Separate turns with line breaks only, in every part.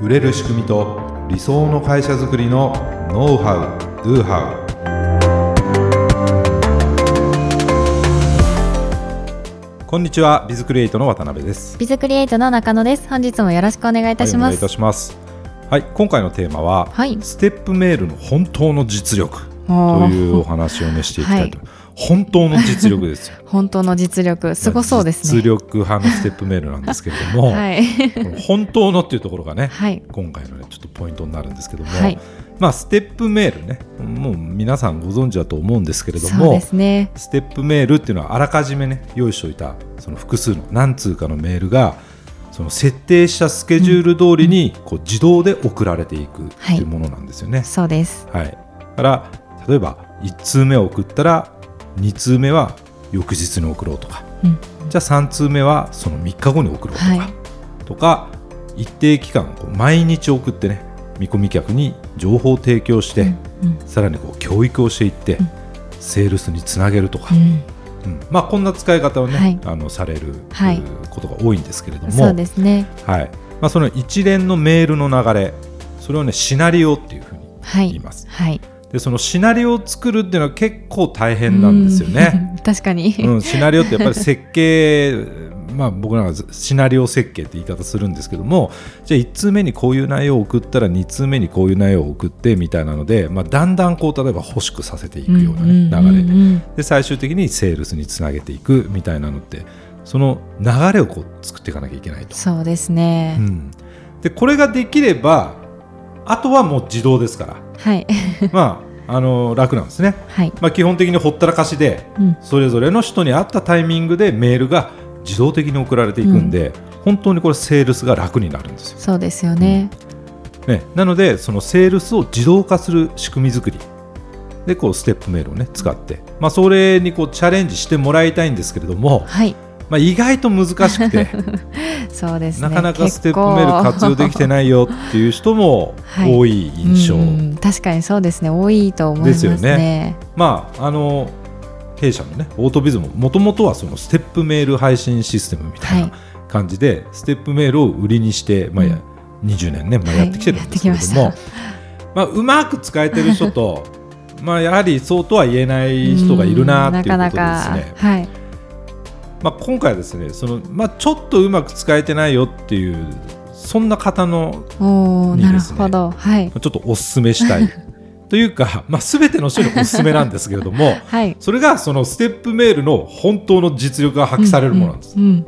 売れる仕組みと理想の会社づくりのノウハウ・ドゥハウこんにちはビズクリエイトの渡辺です
ビズクリエイトの中野です。本日もよろしくお願いいたし
は
ま
い、お願いい
す。
たしますはい今回のテーマは、
はい。
ステップメールの本当の実力と
も
いうお話をねしていきたいと、本当の実力ですよ
本当の実力すご そうですね。
実力派のステップメールなんですけれども、
はい。
この本当のっていうところがね
はい。
今回のねちょっとポイントになるんですけども、
はい
まあステップメールねもう皆さんご存知だと思うんですけれど
そう
も、
ですね。
ステップメールっていうのはあらかじめね用意しておいたその複数の何通かのメールがその設定したスケジュール通りにこう自動で送られていくっていうものなんですよね。
そうです。
はいだから例えば1通目を送ったら2通目は翌日に送ろうとか
うん。
じゃあ3通目はその3日後に送ろうとか、
はい
とか一定期間こう毎日送ってね見込み客に情報を提供して、
うん
さらにこう教育をしていって、
うん
セールスにつなげるとか、
う
うんまあ、こんな使い方をね、
はい
あのされる、
はい
えーことが多いんですけれど
ん。
も
そうですね。
はいまあ、その一連のメールの流れそれをねシナリオっていうふうに
は
言い
い。
ます、
はい。
でそのシナリオを作るっていうのは結構大変なんですよね。
うん。 確かに。
うん、シナリオってやっぱり設計まあ僕なんかシナリオ設計って言い方するんですけどもじゃあ1通目にこういう内容を送ったら2通目にこういう内容を送ってみたいなので、まあ、だんだんこう例えば欲しくさせていくような、ね
ん
流れ
んん
で最終的にセールスにつなげていくみたいなのってその流れをこう作っていかなきゃいけないと。
そうです
う
ね。
ん、でこれができればあとはもう自動ですから
はい。
まああの楽なんですね。
はい。
まあ、基本的にほったらかしで
うん。
それぞれの人に合ったタイミングでメールが自動的に送られていくんで、本当にこれセールスが楽になるんですよ。
そうですよね。
ね、なのでそのセールスを自動化する仕組み作りでこうステップメールをね使って、まあ、それにこうチャレンジしてもらいたいんですけれども、
はい。
まあ、意外と難 しくて
そうですね。
なかなかステップ
結構
メール活用できてないよっていう人も
はい
多い印象、
うん確かにそうですね。多いと思いま
です
す
よ
ね。
まああの弊社のねオートビズももともとはそのステップメール配信システムみたい
はい
な感じで、ステップメールを売りにして、まあ、や20年ね、まあ、
は
や
い
ってきてるんですけれども、
や
ま
って
あ、うまく使えてる人 とまあやはりそうとは言えない人がいるなっていうこと
ん
で
な
すね。
かなか。はい。
まあ、今回はですねその、まあ、ちょっとうまく使えてないよっていうそんな方の
おお、
いい
な
で
る
すね
ほど。はい。
ちょっとおすすめした いというか、まあ、全ての人におすすめなんですけれど も
はい。
それがそのステップメールの本当の実力が発揮されるものなんです。
うんうん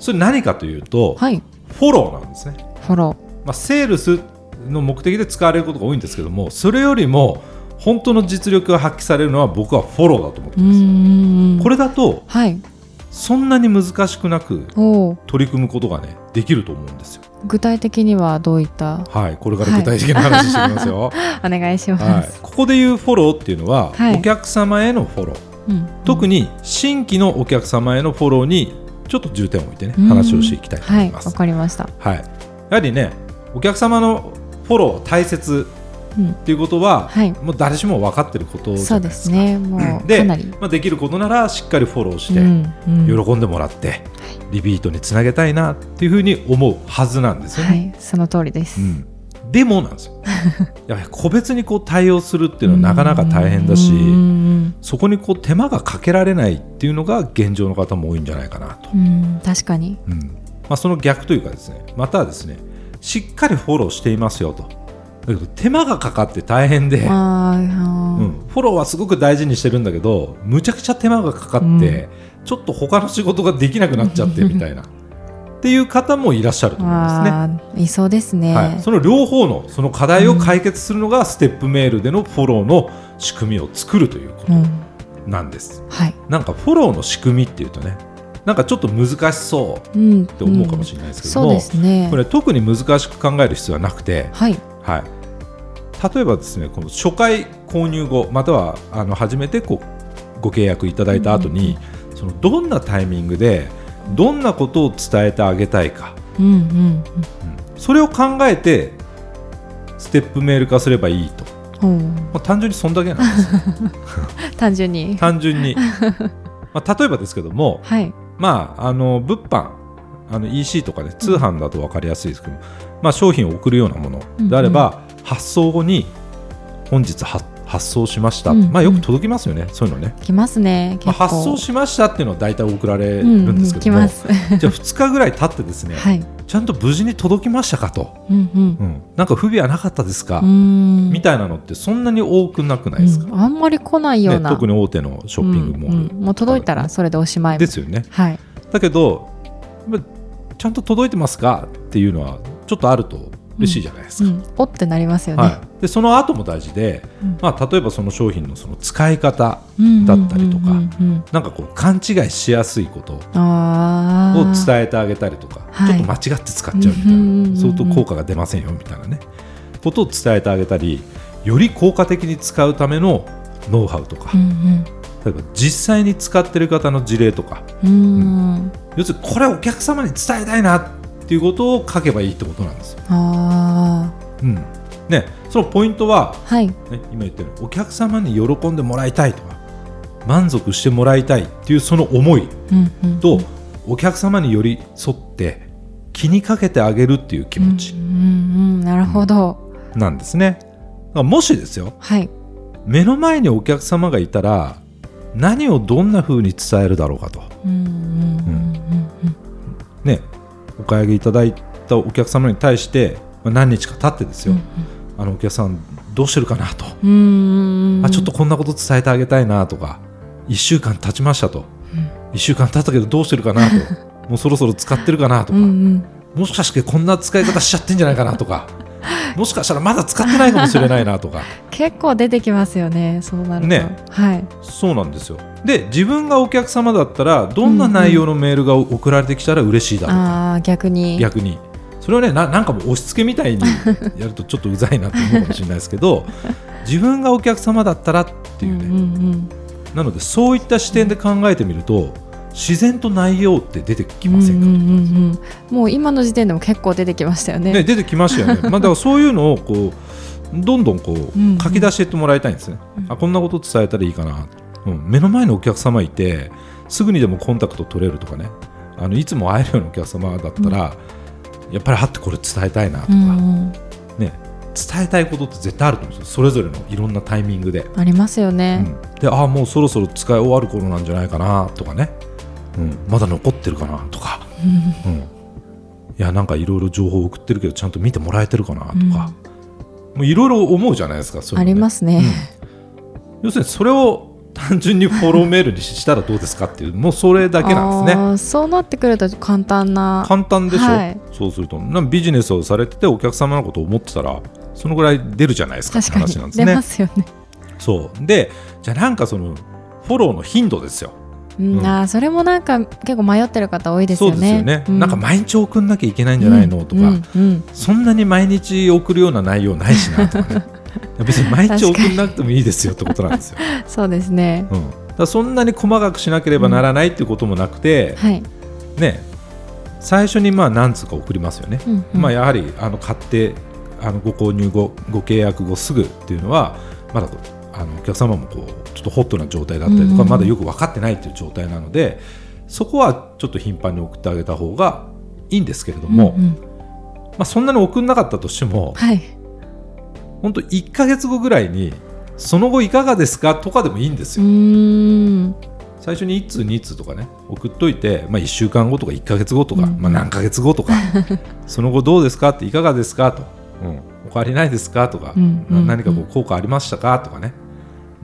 それ何かというと、
はい。
フォローなんですね。
フォロ
まあ、セールスの目的で使われることが多いんですけども、それよりも本当の実力が発揮されるのは僕はフォローだと思って
ー。う
ます。
ん。
これだと
はい。
そんなに難しくなく
おお。
取り組むことがねできると思うんですよ。
具体的にはどういった。
はい、これから具体的な話してみますよ。
お願いしま
はい
す。、
ここで言うフォローっていうのは、
はい
お客様へのフォロー。
うん
特に新規のお客様へのフォローにちょっと重点を置いてね
うん
話をしていきたいと思
はいい。
ま
わ
す。
かりました。
はい、やはりねお客様のフォロー大切
うん
っていうことは、
はい
もう誰しも分かってることじ
そ
ゃ
う
ない
で
です
す
か。
ね。もう
で
かなり。
まあ、できることならしっかりフォローして、
んん
喜んでもらってリピートにつなげたいなっていうふうに思うはずなんですよね。
はい。その通りです
う。ん、でもなんです よやはり個別にこう対応するっていうのはなかなか大変だし。
うん
そこにこう手間がかけられないっていうのが現状の方も多いんじゃないかなと、
うん。確かに。
うんまあ、その逆というかですねまたはですねしっかりフォローしていますよとだけど手間がかかって大変で、う
あーあー。
ん、フォローはすごく大事にしてるんだけどむちゃくちゃ手間がかかって、
うん
ちょっと他の仕事ができなくなっちゃってみたいなっていう方もいらっしゃると思いますね。
ああ、いそうですね。
はい、その両方のその課題を解決するのがステップメールでのフォローの仕組みを作るというこ
うん。
となんです。
はい。
なんかフォローの仕組みっていうとねなんかちょっと難しそう
うん。っ
って思うかもしれないですけど
そう
も、
ですね
こ。れ特に難しく考える必要はなくて、
はい。
はい、例えばですねこの初回購入後またはあの初めてこうご契約いただいた後に、そのどんなタイミングでどんなことを伝えてあげたいか、
うんうん
うんそれを考えてステップメール化すればいいと、
うん。おー
まあ、単純にそんだけなん ですよ
単純に。
単純に、まあ、例えばですけども、
はい。
まあ、あの物販あの EC とかで通販だと分かりやすいですけど、まあ、商品を送るようなものであれば、発送後に本日は発送しました、
うんうん
まあ、よく届きますよね、そういうのね。
来ますね
まあ、
結構、
発送しましたっていうのは大体送られる
うんうん
んですけ
来
ども、
ます、
じゃあ2日ぐらい経ってですね、
はい
ちゃんと無事に届きましたかと、
うんうん
うん、なんか不備はなかったですか、
うん
みたいなのってそんなに多くなくないですか、
うんあんまり来ないよう
ね
な、
特に大手のショッピングモール、
うんうんもう届いたらそれでおしまい
ですよね。
はい
だけど、やっぱちゃんと届いてますかっていうのはちょっとあると嬉しいじゃないですか。
うん、おってなりますよね、
はい、でその後も大事で、
うん
まあ、例えばその商品のその使い方
うん
だったりとか
うんうんうん
なんかこう勘違いしやすいことを
うんああ
伝えてあげたりとか
はい
ちょっと間違って使っちゃうみたい
うんうんうんう
なん相当効果が出ませんよみたいなねことを伝えてあげたりより効果的に使うためのノウハウとか
うんうん
例えば実際に使ってる方の事例とか
うん、
要するにこれお客様に伝えたいなっていうことを書けばいいってことなんですよ。
あ
うんね、そのポイントは
あはい
ね、今言ったようにお客様に喜んでもらいたいとか満足してもらいたいっていうその思い
うんうん
とお客様に寄り添って気にかけてあげるっていう気持ち
うんうんうんなるほど、
なんですね。だからもしですよ
はい
目の前にお客様がいたら何をどんな風に伝えるだろうかと、
うんうんうんうん
ね、お買い上げいただいたお客様に対してまあ何日か経ってですよ、あのお客さんどうしてるかなと、
うんうんうん
あちょっとこんなこと伝えてあげたいなとか1週間経ちましたと、1週間経ったけどどうしてるか なともうそろそろ使ってるかなと
う
か、
んうん
もしかしてこんな使い方しちゃってんじゃないかなと かもしかしたらまだ使ってないかもしれないなとか
結構出てきますよねそうなると
ね
はい
そうなんですよで自分がお客様だったらどんな内容のメールが送られてきたら嬉しいだろうか、
ああ逆に
逆にそれをねななんかもう押し付けみたいにやるとちょっとうざいなと思うかもしれないですけ ど自分がお客様だったらっていうね、
んうんうん、
なのでそういった視点で考えてみると自然と内容って出てきませんか、
うんうんうんうん、もう今の時点でも結構出てきましたよね
ね、出てきました よね、まあ、だからそういうのをこうどんどんこう
うんうん
書き出していってもらいたいんですね、
うん
あこんなこと伝えたらいいかな、うん、目の前のお客様いてすぐにでもコンタクト取れるとかねあのいつも会えるようなお客様だったら、やっぱりはってこれ伝えたいなとか、
うんうん、
ね、伝えたいことって絶対あると思うんですよそれぞれのいろんなタイミングで。
ありますよ
う
ね、
ん、でああもうそろそろ使い終わる頃なんじゃないかなとかね、うん、まだ残ってるかなとか、うん、いやなんかいろいろ情報送ってるけどちゃんと見てもらえてるかなとか、
うん
もういろいろ思うじゃないですかそうい
あ
うのね
りますね、
要するにそれを単純にフォローメールにしたらどうですかっていうもうそれだけなんですね。
あーそうなってくると簡単な
簡単でしょ、
はい
そうするとなんかビジネスをされててお客様のことを思ってたらそのぐらい出るじゃないですかって
確か
話なんで
に
す
出
ね
ま。すよね、
そうでじゃあなんかそのフォローの頻度ですよ。う
うん
ん
あーそれもなんか結構迷ってる方多いですよ
そ
ね
うですよね、
う
なんか毎日送んなきゃいけないんじゃないの、とか、
うんうん
そんなに毎日送るような内容ないしなとか ねいや別に毎日送んなくてもいいですよってことなんですよ、
うんそうですね
うん、だからそんなに細かくしなければならないっていうこともなくて、
はい、
ね最初にまあ何通か送りますよね、
うん
まあ、やはりあの買ってあのご購入後ご契約後すぐっていうのはまだこうあのお客様もこうちょっとホットな状態だったりとか、
うんうん
まだよく分かってないっていう状態なのでそこはちょっと頻繁に送ってあげた方がいいんですけれども、
うんうん
まあ、そんなに送んなかったとしても
はい
本当1か月後ぐらいにその後いかがですかとかでもいいんです
う
よ、
ーん
最初に1通2通とかね送っといて、まあ、1週間後とか1か月後とか、
うん
まあ、何ヶ月 後とかその後どうですかっていかがですかと、うん、お変わりないですかとか、
うん
な
うん
何かこう効果ありましたかとかね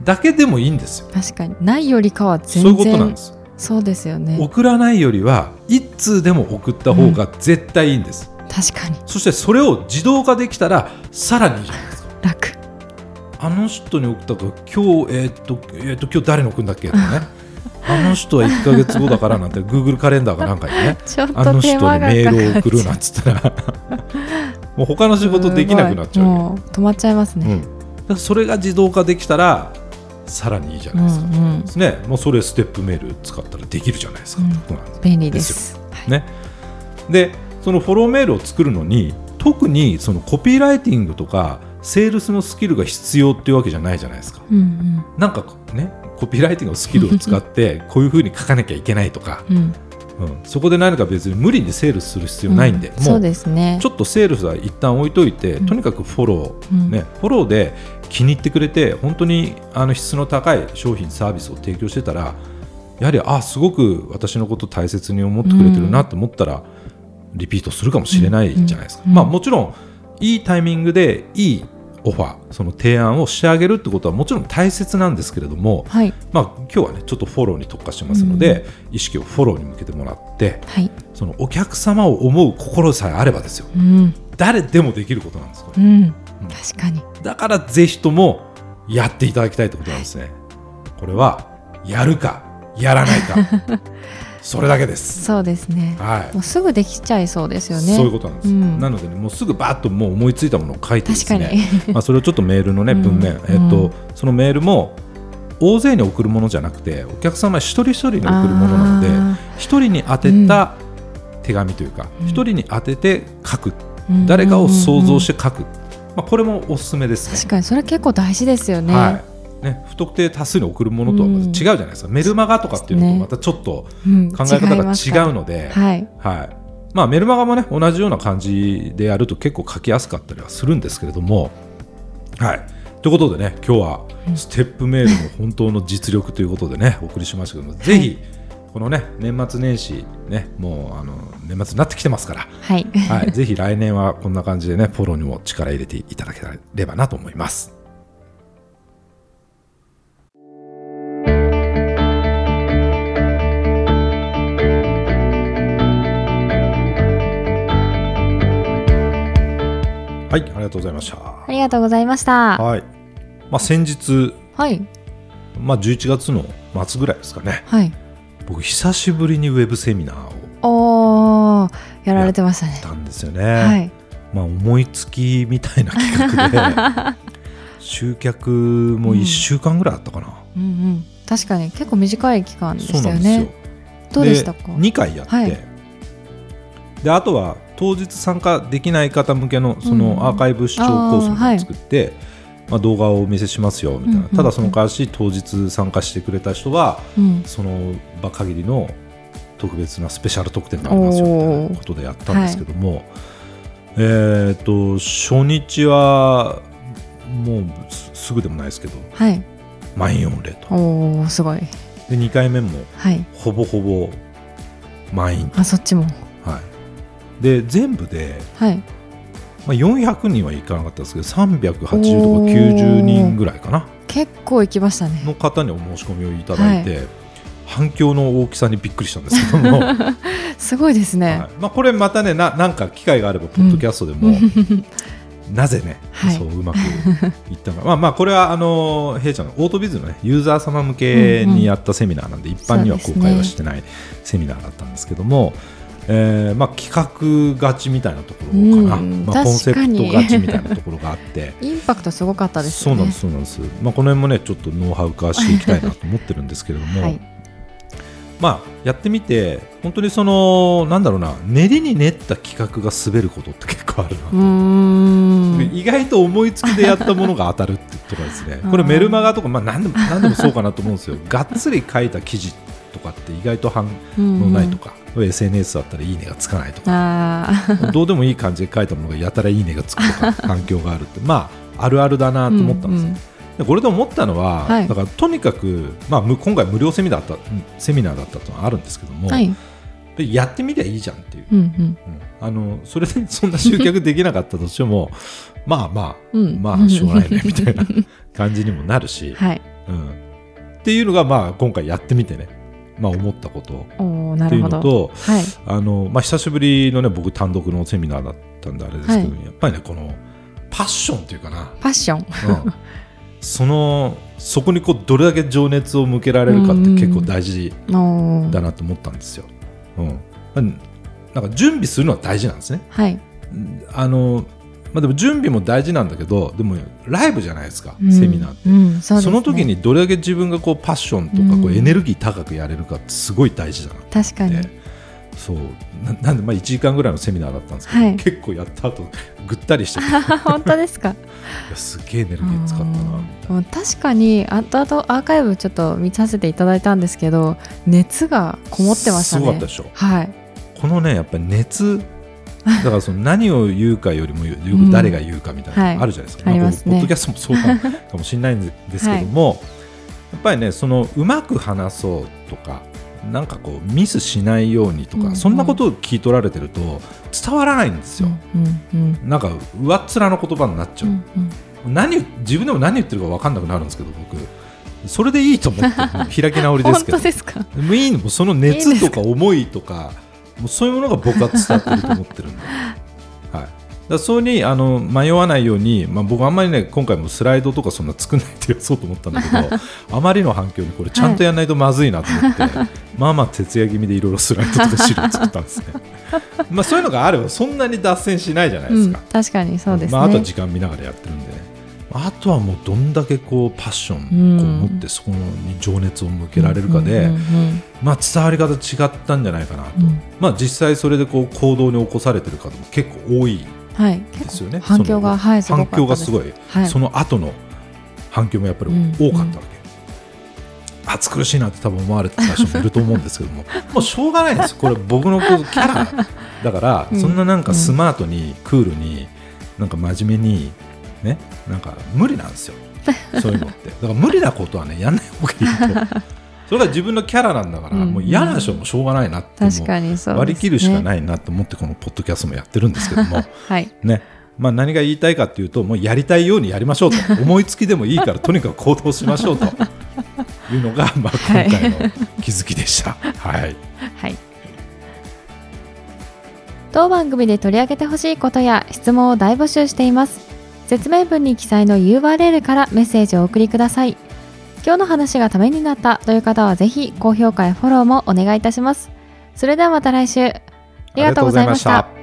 だけでもいいんですよ
確かにないよりかは
そ
全
う
然
いうことなんです
そうですよね
送らないよりは1通でも送った方が絶対いいんです、
確かに
そしてそれを自動化できたらさらにいいじゃないですか
楽
あの人に送ったと今日えーっとえーっと今日誰の送んだっけとかね あの人は1か月後だからなんて Google カレンダーかなんかにね
ちょっ
あの
と
人
手
に
間が
メールを
かか
送
っち
る
ゃう
なんつったらもう他の仕事できなくなっちゃう
すごい
よ、
もう止まっちゃいます
う
ね、
ん、だからそれが自動化できたらさらにいいじゃ
う
ない
ん
ですか、
うん
ですねもうそれステップメール使ったらできるじゃないですか、
うん
そうなんです
便利で
です
はい
ね、でそのフォローメールを作るのに特にそのコピーライティングとかセールスのスキルが必要っていうわけじゃないじゃないですか
うん
なんかねコピーライティングのスキルを使ってこういうふうに書かなきゃいけないとか、
うんうん
うん、そこで何か別に無理にセールスする必要ないんで、
う
も
そう
う
ですね
ちょっとセールスは一旦置いといて、
うん
とにかくフォロー、
うん
ね、フォローで気に入ってくれて本当にあの質の高い商品サービスを提供してたらやはりあすごく私のこと大切に思ってくれてるなと思ったら、リピートするかもしれないじゃないですか、
うんうん
まあ、もちろんいいタイミングでいいオファーその提案をしてあげるってことはもちろん大切なんですけれども、
はい
まあ、今日はねちょっとフォローに特化してますので、意識をフォローに向けてもらって
はい
そのお客様を思う心さえあればですよ
うん
誰でもできることなんですこれ
うん確かに
だからぜひともやっていただきたいってことなんですね、これはやるかやらないか それだけです
そうですね
はい
もうすぐできちゃいそうですよね
そういうことなんです、
うん
なのでね、もうすぐバーッともう思いついたものを書いてで
確
す
か
ね
に
まあ、それをちょっとメールの、ね、
うん
文面、えっ
う
と
ん
そのメールも大勢に送るものじゃなくてお客様一人一人に送るものなので一人に当てた手紙というか
うん
一、人に当てて書く
の
誰かを想像して書く、まあ、これもおすすめですね。
確かにそれ結構大事ですよね、
はいね、不特定多数に送るものとはまた違うじゃないですか、メルマガとかっていうのとまたちょっと
うん、
考え方
い
が
ます
違うので、
はい
はいまあ、メルマガもね同じような感じでやると結構書きやすかったりはするんですけれども。はいということでね今日は
うん
ステップメールの本当の実力ということでね お送りしましたけども、ぜひこのね年末年始ねもうあの年末になってきてますから、
はい
はい、ぜひ来年はこんな感じでねフォローにも力入れていただければなと思います。はい、ありがとうございました。
ありがとうございました
はい、まあ、先日、
はい
まあ、11月の末ぐらいですかね、
はい
僕、久しぶりにウェブセミナーを
おーやられてましたね
したんですよね。
はい
まあ、思いつきみたいな企画 で集客も1週間ぐらいあったかな、
うんうん確かに結構短い期間で
そう
した
な
よ
んですよ
ねどうでしたか
2回やって、
はい
であとは当日参加できない方向けのそ
うんうん
のアーカイブ視聴コース
あ
も
ーはい
作って、まあ、動画をお見せしますよみたいな、
うんうんうん
ただその代わし当日参加してくれた人は
うん
その場限りの特別なスペシャル特典がありますよみたいなことでやったんですけども、えー、と初日はもうすすぐでもないですけど
はい
満員御礼と
おーすごい
で2回目も
はい
ほぼほぼ満員、
あそっちも
はい、で全部で、
はい
まあ、400人はいかなかったですけど380とか90人ぐらいかな
結構行きましたね
の方にお申し込みをいただいて、反響の大きさにびっくりしたんですけども。
すごいです
は
ね
いまあ、これまたねななんか機会があればポッドキャストでも、 なぜね、
はい
そううまくいったのかまあまあこれはあの弊社のオートビズのねユーザー様向けにやったセミナーなんで、一般には公開はしてないセミナーだったんですけども、えーまあ、企画勝ちみたいなところかな、
うん
まあ、コンセプト
確かに
勝ちみたいなところがあ って。
インパクトすごかったです
そう
よ
なんで
ね
すそうなんです、まあ、この辺もねちょっとノウハウ化していきたいなと思ってるんですけれども、
はい
まあ、やってみて本当にそのなんだろうな練りに練った企画が滑ることって結構あるな
うーん
意外と思いつきでやったものが当たるってとかですね これメルマガとか、まあ、何でも何でもそうかなと思うんですよがっつり書いた記事とかって意外と反応ないとか、SNS だったらいいねがつかないとか
ああ
どうでもいい感じで書いたものがやたらいいねがつくと か反響があるってまああるあるだなと思ったんですよ、でこれで思ったのは、
はい
だからとにかく、まあ、む今回無料セミナーだったセミナーだったとはあるんですけども、
はい
でやってみりゃいいじゃんっていう、
うんうん
うんあのそれでそんな集客できなかったとしても まあまあ、
うん
まあしょうがないねみたいな感じにもなるし、
はい
うん、っていうのが、まあ、今回やってみてね、まあ、思ったこと
おーな
ってい
る
う
ほ
の
ど
と
はい
あの、まあ、久しぶりのね僕単独のセミナーだったんであれですけど、やっぱりねこのパッションっていうかな
パッション
うんそのそこにこうどれだけ情熱を向けられるかって結構大事
おー
だなと思ったんですよ。うん、なんか準備するのは大事なんですね。
はい
うんあのまあ、でも準備も大事なんだけどでもライブじゃないですか、
うん
セミナーって、
うんそう
そ
ですね
の時にどれだけ自分がこうパッションとかこ
う
うんエネルギー高くやれるかってすごい大事だなと
確か
思
に
って、そうななんでまあ1時間ぐらいのセミナーだったんですけど、
はい
結構やった後ぐったりして てい
本当ですか
やすげえエネルギー使ったなみたいな
うん確かに後々アーカイブちょっと見させていただいたんですけど熱がこもってまし
す
たね
ごかったでしょ
はい
このねやっぱり熱だからその何を言うかよりもよく誰が言うかみたいな
う
の
ん
あるじゃないですか、なんか
ありますね
ポッドキャストもそうかもかもしれないんですけども、 やっぱりねそのうまく話そうとかなんかこうミスしないようにとか、
うんうん
そんなことを聞い取られてると伝わらないんですよ、
うんうん
なんか上っ面の言葉になっち
う
ゃう、
んうん
何自分でも何言ってるか分かんなくなるんですけど僕それでいいと思ってもう開き直りです
本
けど
当ですか
でもいいのもうその熱とか思いとかもうそういうものが僕は伝わってると思ってる んで、はい、だからそうにあの迷わないように、まあ、僕あんまりね今回もスライドとかそんな作んないってやそうと思ったんだけ どあまりの反響にこれちゃんとやらないとまずいなと思って、まあまあ徹夜気味でいろいろスライドとか資料作ったんです ねまあそういうのがあればそんなに脱線しないじゃないで
う
す
ん
か、
確かにそうですね
まあ、あとは時間見ながらやってるんでねあとはもうどんだけこうパッションを持ってそこに情熱を向けられるかで、
うんうん
まあ、伝わり方違ったんじゃないかなと、
うんうん
まあ、実際それでこう行動に起こされてる方も結構多い
はい
です
結
よ
構
ね
反響
その
がはいすごか
反
った
響がす
い
ごい、
はい
その後の反響もやっぱり
うん
多かったわけ、暑苦しいなって多分思われてた人もいると思うんですけどももうしょうがないんですこれ僕のこうキャラだから、
うん
そんななんかスマートにクールになんか真面目にねなんか無理なんです よそういうのってだから無理なことはねやんない方がいいとそれが自分のキャラなんだから、
うん
もう嫌な人もしょうがないなって
確
も
かにそうう
割り切るしか
い
ないなと思ってこのポッドキャストもやってるんですけども
はい
ねまあ、何が言いたいかというともうやりたいようにやりましょうと 思いつきでもいいからとにかく行動しましょうというのが、まあ、今
はい
回の気づきでした。はい、
はい。当番組で取り上げてほしいことや質問を大募集しています。説明文に記載の URL からメッセージをお送りください。今日の話がためになったという方はぜひ高評価やフォローもお願いいたします。それではまた来週。ありがとうございました。
た。